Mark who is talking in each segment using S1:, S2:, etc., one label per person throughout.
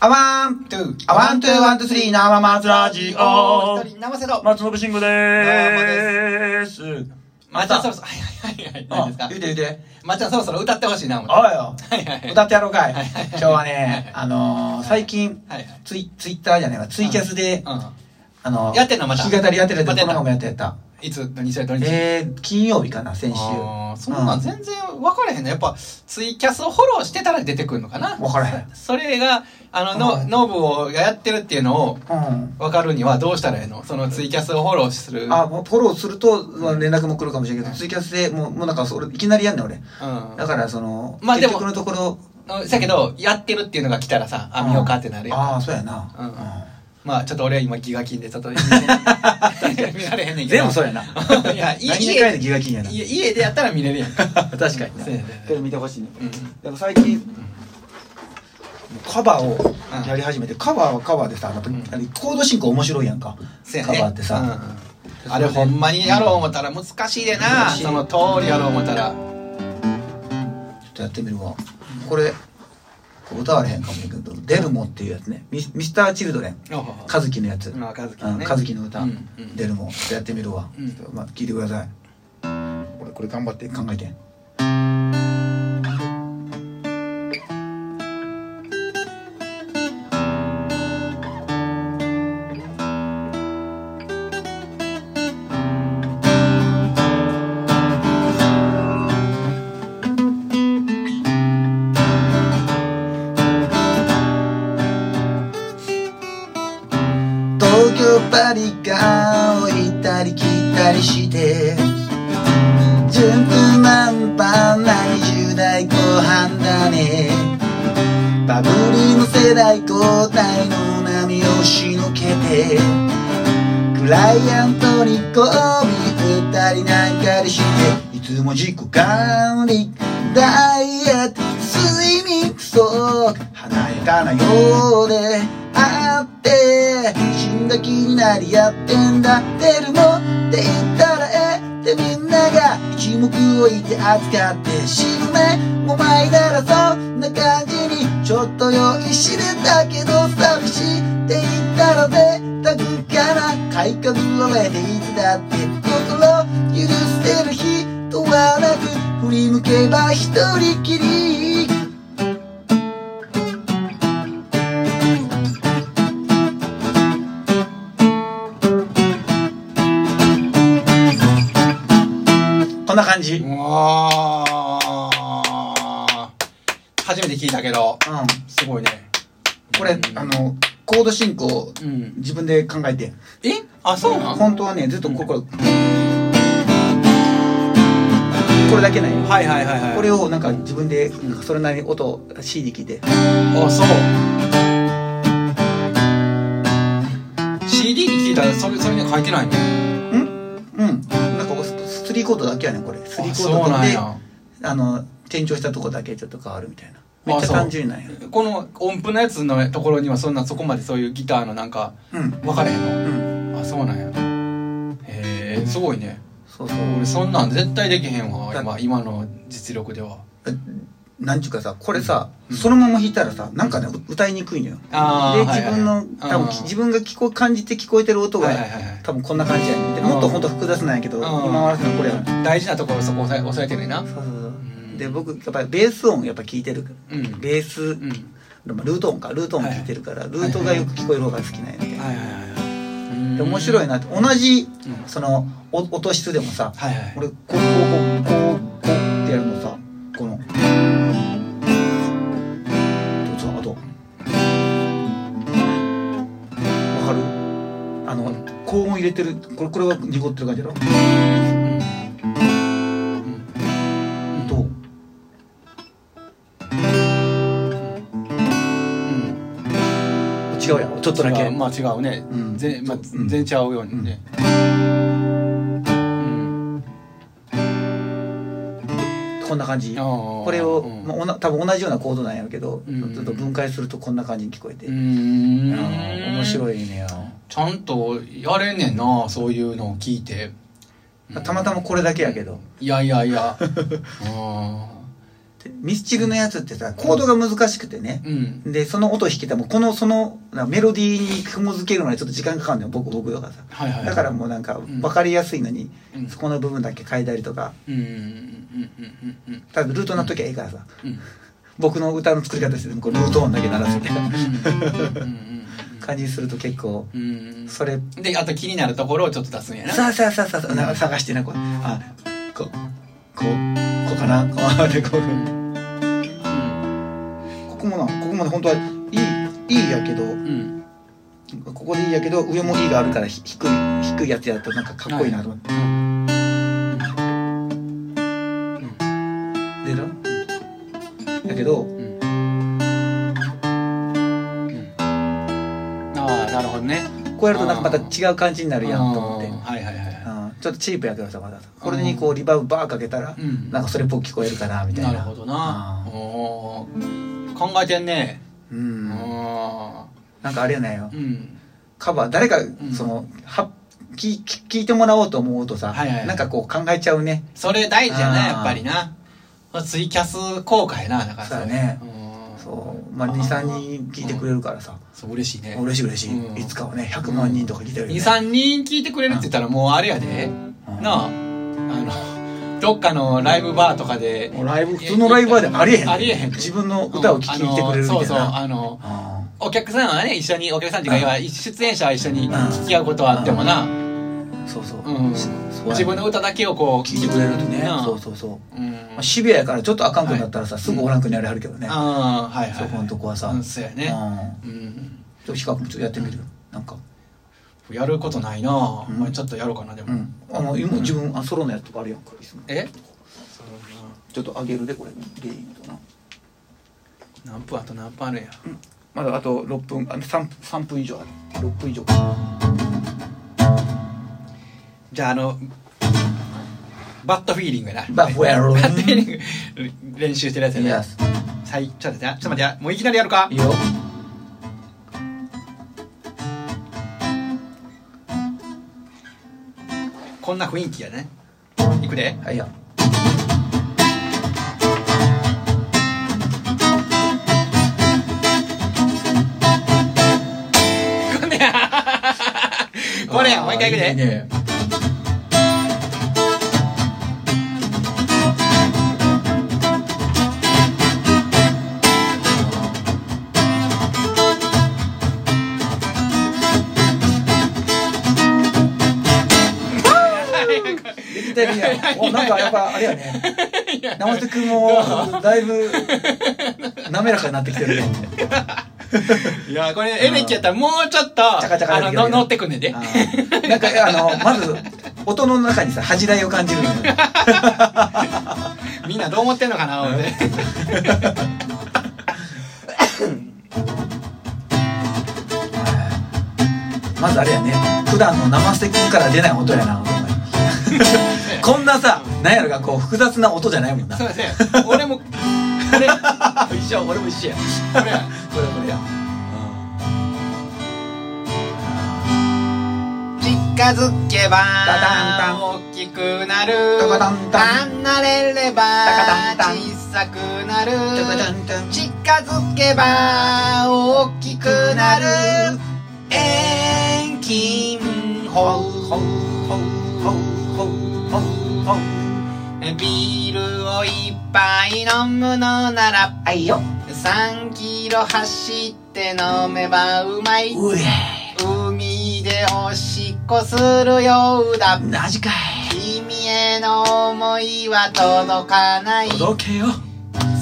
S1: アワン、トゥー、アワン、トゥー、ワン、トゥー、スリー、生松ラジオ。一人、生瀬戸。
S2: 松延慎吾でーす。
S1: また、そろ
S2: そ
S1: そろ、はいはいはいはい、
S2: あ
S1: 何ですか
S2: 言うて言うて。
S1: まっちゃんそろそろ歌ってほしいな、思って。
S2: あよ。
S1: はいはいはい。
S2: 歌ってやろうかい
S1: はいはいはい。
S2: 今日はね、あのー、最近
S1: はいはい、
S2: ツイツイッターじゃないわ、ツイキャスで、
S1: う
S2: あのー、
S1: やってんのまた
S2: 弾き語りやってる
S1: や
S2: や
S1: っ
S2: つ、
S1: てん
S2: この間
S1: の
S2: もやってた。
S1: ん。いつ、何それ、どれ
S2: えー、金曜日かな、先週。
S1: あーそんなん
S2: うん
S1: 全然分かれへんのやっぱツイキャスをフォローしてたら出てくるのかな
S2: 分からへん
S1: それがあの、
S2: うん
S1: のノブをがやってるっていうのを
S2: うん。
S1: 分かるにはどうしたらええのそのツイキャスをフォローする
S2: あ、もうフォローすると、まあ連絡も来るかもしれんけ
S1: う
S2: ど、
S1: ん
S2: ツイキャスでもう、もうなんか、それ、いきなりやんねん、俺。
S1: うん
S2: だから、その、
S1: まあで
S2: 結
S1: も
S2: 局のところ、
S1: うんせやけどやってるっていうのが来たらさあ見ようかってなるやん
S2: ああ、そうやな。
S1: うん
S2: うん
S1: まあちょっと俺は今ギガキンでちょっと見られへんねんけ ど
S2: 全部そうやな
S1: いやいい
S2: 何にかいのギガキンやな
S1: 家家でやったら見れ るやん
S2: 確かにな
S1: そうやね
S2: これ見てほしいね
S1: うん
S2: でも最近カバーをやり始めてカバーはカバーでさやっぱ
S1: うん
S2: あれコード進行面白いやんか
S1: せや
S2: カ
S1: ね
S2: バーって
S1: うんう
S2: さ
S1: んあれほんまにやろう思ったら難しいでな
S2: 難しい
S1: その通りやろう思ったら
S2: ちょっとやってみるわこれこれ歌われへんかもしれんけどデルモっていうやつねミスミスター・チルドレンカズキのやつ
S1: まあカズキ
S2: う
S1: の
S2: ん
S1: ね
S2: カズキの歌
S1: うんうん
S2: デルモちょっとやってみるわ
S1: うん
S2: ちょっとまあ聞いてくださいこれこれ頑張って考えて東京パリが行ったり来たりして順風満帆な20代後半だねバブルの世代交代の波をしのけてクライアントに媚びったりなんかでしていつも自己管理ダイエット睡眠不足華やかなようであって死んだ気になりやってんだ出るもって言ったらええってみんなが一目置いて扱って死ぬねも前ならそんな感じにちょっと酔いしれたけど寂しいって言ったら贅沢かな改革を得ていつだって心許せる人はなく振り向けば一人きりこんな感じうん
S1: わー初めて聞いたけどすごいね
S2: これ
S1: うん
S2: あのコード進行
S1: うん
S2: 自分で考えて
S1: えあそうなんは
S2: 本当はねずっとここ、これだけなんよ
S1: いはいはいはい
S2: これをなんか自分で
S1: うん
S2: それなりに音を CD 聞いて
S1: あそう CD に聞いたらそれそれには書いてないね
S2: うんなんかこうススリーコードだけやねんこれスリーコー
S1: あそう
S2: ド
S1: なん
S2: で
S1: や
S2: あの転調したとこだけちょっと変わるみたいなめっ
S1: あ
S2: ちゃ
S1: そう
S2: 単純なんや
S1: この音符のやつのところにはそんなそこまでそういうギターのなんか
S2: うん
S1: 分かれへん
S2: うん
S1: のあそうなんやへえすごいね
S2: そうそう
S1: 俺そんなん絶対できへんわ
S2: だ
S1: 今今の実力では
S2: えなんちゅうかさこれさ、
S1: うん
S2: そのまま弾いたらさなんかねう歌いにくいのよ
S1: あー
S2: で
S1: はい
S2: 自分の、
S1: はい
S2: 多分
S1: あー
S2: 自分が聞こ感じて聞こえてる音が、
S1: はいはいはいはい
S2: 多分こんな感じやねんでもっと
S1: うん
S2: ほんと複雑なんやけど、
S1: うん
S2: 今合わせのこれやねん
S1: 大事なところそこ押さえ押さえてねんな
S2: そうそうそう
S1: うん
S2: で僕やっぱりベース音やっぱ聞いてるから、
S1: うん
S2: ベース、
S1: うん
S2: まあルート音かルート音聞いてるから、ルートがよく聞こえる方が好きなんやね、
S1: はいはいはいはい
S2: で面白いなって同じ、
S1: うん
S2: そのお音質でもさ、
S1: はいはい
S2: 俺こうこうこうこうこうってやるのさこのとさあとわかるあの高音入れてるこれこれは濁ってる感じだろ
S1: うん
S2: どう
S1: うん
S2: 違うやろちょっとだけ
S1: 違うまあ違うね
S2: うん
S1: 全まあ
S2: そううん
S1: 全然違うようにねうん
S2: こんな感じ
S1: こ
S2: これを、
S1: うん
S2: まあおな多分同じようなコードなんやけど、
S1: うん
S2: ちょっと分解するとこんな感じに聞こえて、
S1: うー
S2: あ
S1: ん
S2: ー面白いねや、
S1: ちゃんとやれんねんなそういうのを聞いて
S2: たまたまこれだけやけど、
S1: いやいやいやうん
S2: ってミスチルのやつってさコードが難しくてね
S1: うん。
S2: でその音弾けたらもうこのそのなメロディーに紐づけるまでちょっと時間かかるのよ僕僕とかさ
S1: はいはい。
S2: だからもうなんか
S1: ん
S2: 分かりやすいのに、
S1: うん
S2: そこの部分だけ変えたりとか
S1: うん。うん。うん。うん。うん。
S2: ただルートなっときゃいいからさ、
S1: うん。
S2: 僕の歌の作り方しててもこうルート音だけ鳴らすみたいな
S1: うん。
S2: 感じにすると結構
S1: うん。
S2: それ
S1: で、あと気になるところをちょっと出すんやな。
S2: さあさあさあさあさあ探してなこうあこここうかなこ うでこう
S1: うん。
S2: ここもなここもね本当はいいいいやけど
S1: うん。
S2: ここでいいやけど上もいいがあるからひ低い低いやつやとなんかかっこいいなと思って、でなだけど
S1: うん。うん。ああ、なるほどね。
S2: こうやるとなんかまた違う感じになるやんと思って
S1: あーはいはいはいは
S2: あーちょっとチープやけどさまだこれにこうリバーブバーかけたら
S1: い。うん。
S2: なんかそれっぽく聞こえるかなみたいな
S1: なるほどな
S2: あ。ー
S1: おー考えてんね。
S2: う
S1: うんん。
S2: なんかあれやないよ
S1: うん。
S2: カバー誰か
S1: ん
S2: その、は聞聞聞いてもらおうと思うとさ、
S1: はいはいはい
S2: なんかこう考えちゃうね
S1: それ大事やな、
S2: あー
S1: やっぱりな。ツイキャス効果やな、だから
S2: そうだね
S1: うんそう。
S2: そうまあ
S1: あー
S2: 23人聞いてくれるからさ、
S1: 嬉しいね。
S2: 嬉しい嬉しい、
S1: うん
S2: いつかはね100万人とか聞いてるよね、
S1: 23人聞いてくれるって言ったらもうあれやで、
S2: うん
S1: なああのどっかのライブバーとかで
S2: もうライブ普通のライブはでありえへん
S1: ありえへん
S2: 自分の歌を聴きに来てくれるみたいな、
S1: うんあのそうそうあの
S2: あ
S1: お客さんはね一緒にお客さんっていうか
S2: うん
S1: 要は出演者は一緒に付き合うことはあってもな、
S2: ーそうそう,、
S1: うん
S2: しそう
S1: 自分の歌だけをこう
S2: 聞いてくれるとね
S1: なあ
S2: そうそうそう、
S1: うん
S2: まあ、渋谷やからちょっとあかんくなったらさ、すぐおらんくなりはるけどね、
S1: ああはいはい
S2: そこのとこはさ、
S1: うんそうや
S2: うん、
S1: ねうん
S2: ちょっと比較ちょっとやってみるよなんか
S1: やることないな、
S2: うん
S1: まあちょっとやろうかなでも、
S2: うんあもう今自分あソロのやつとかあるやんかいつも
S1: え
S2: ちょっと上げるでこれゲインとな
S1: 何分あと何分あるんや
S2: まだあと6分あ3分3分以上ある6分以上か
S1: じゃああのバッドフィーリングやな
S2: バッドフィーリング
S1: バッドフィーリング練習してるやつやな
S2: Yes
S1: 最ちょっと待ってなちょっと待ってなもういきなりやるか
S2: いいよ
S1: こんな雰囲気やねいくで
S2: はいや
S1: こんねやこれやもう一回いくで
S2: いいねできてるやんおなんかやっぱあれ やね生瀬君もだいぶ滑らかになってきてるね
S1: いやこれエレキやったらもうちょっと
S2: チャカチャカ
S1: あ
S2: でき
S1: の
S2: るよ
S1: の乗ってくんねんで
S2: あーなんかあのまず音の中にさ恥じらいを感じるのよ
S1: みんなどう思ってんのかな思って
S2: まずあれやね普段の生瀬君から出ない音やな ほんまにこんなさなんやろがこう複雑な音じゃないもんな
S1: そう
S2: こ
S1: やそうや 俺も 俺一緒俺も一緒やこれや
S2: れこれや
S1: 近づけば
S2: タタンタン
S1: 大きくなる
S2: タカタンタン
S1: 離れれば
S2: タカタンタン
S1: 小さくなる
S2: タカタンタン
S1: 近づけば大きくなる遠近法ビールを一杯飲むのなら
S2: はいよ
S1: 3キロ走って飲めばうまい
S2: え
S1: 海でおしっこするようだ
S2: マジか
S1: 君への思いは届かない
S2: い届けよ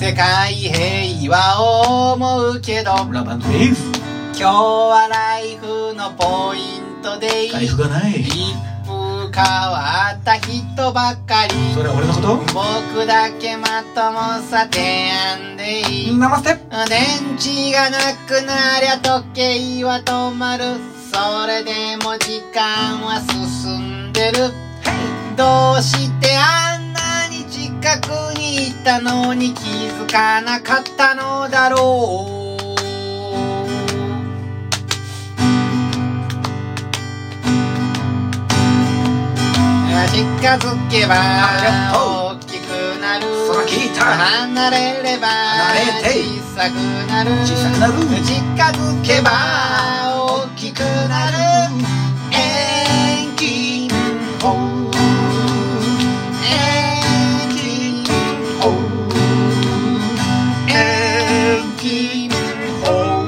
S1: 世界平和を思うけど
S2: ラバンドリー
S1: 今日はライフのポイントでいい
S2: 財布がない
S1: 一風変わった人ばっかり
S2: それは俺のこと
S1: 僕だけまともさ提案でいい
S2: 生瀬
S1: 電池がなくなりゃ時計は止まるそれでも時間は進んでるどうしてあんなに近くにいたのに気づかなかったのだろう近づけば大きくなる
S2: そら聞いた
S1: 離れれば
S2: 離れて
S1: 小さくなる
S2: 小さくなる
S1: 近づけば大きくなる遠近法遠近法遠近法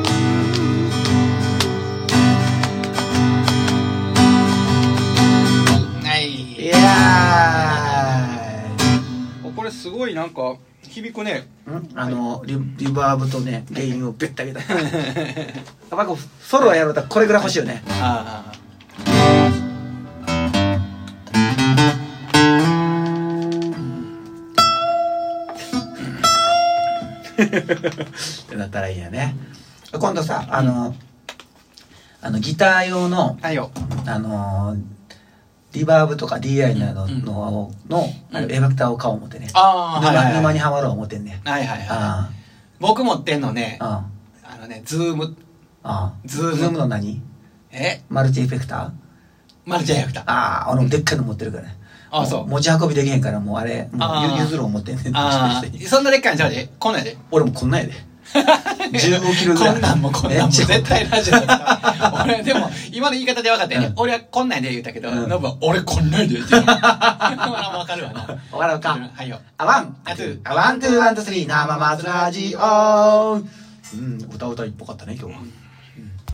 S1: はい
S2: いや
S3: あこれすごいなんか響くね
S2: ーんあのリリバーブとね原因をベッてあげたやっぱこうソロやろうとこれぐらい欲しいよね
S3: ああ
S2: ってなったらいいよね今度さあのあのギター用の
S3: はいよ
S2: あのリバーブとか DI など
S3: うんうん
S2: の,、のあの
S3: うん
S2: エフェクターを買おう思ってね、
S3: ああ
S2: 沼
S3: はいはい
S2: 沼
S3: はい
S2: にはまろう思ってんね
S3: はいはいはい
S2: あ
S3: 僕持ってんのね
S2: ああ
S3: あのねズーム
S2: あああ
S3: ズーム
S2: ズームの何
S3: え
S2: マルチエフェクター
S3: マルチエフェクター
S2: ああ俺もでっかいの持ってるからね
S3: ああそう
S2: 持ち運びできへんからもうあれも
S3: あ
S2: う
S3: あ
S2: ゆ譲ろう思ってんねん
S3: あ
S2: 一人一人
S3: あそんなでっかいんちゃうでこんなんやで
S2: 俺もこんなん やで15キロぐらい
S3: こんなんもこんなんも
S2: めっちゃ
S3: 絶対ラジオだから俺でも今の言い方で分かったよね、
S2: うん
S3: 俺はこんなんで言うたけど、
S2: うん
S3: ノブは俺こんなんで言うて るほら分かるわな
S2: 笑うか
S3: はいよ
S2: あワン、
S3: あツー
S2: あワン、ツー、ワン、ツー、スリー、生マズラジオ。うん、歌う歌いっぽかったね、今日は。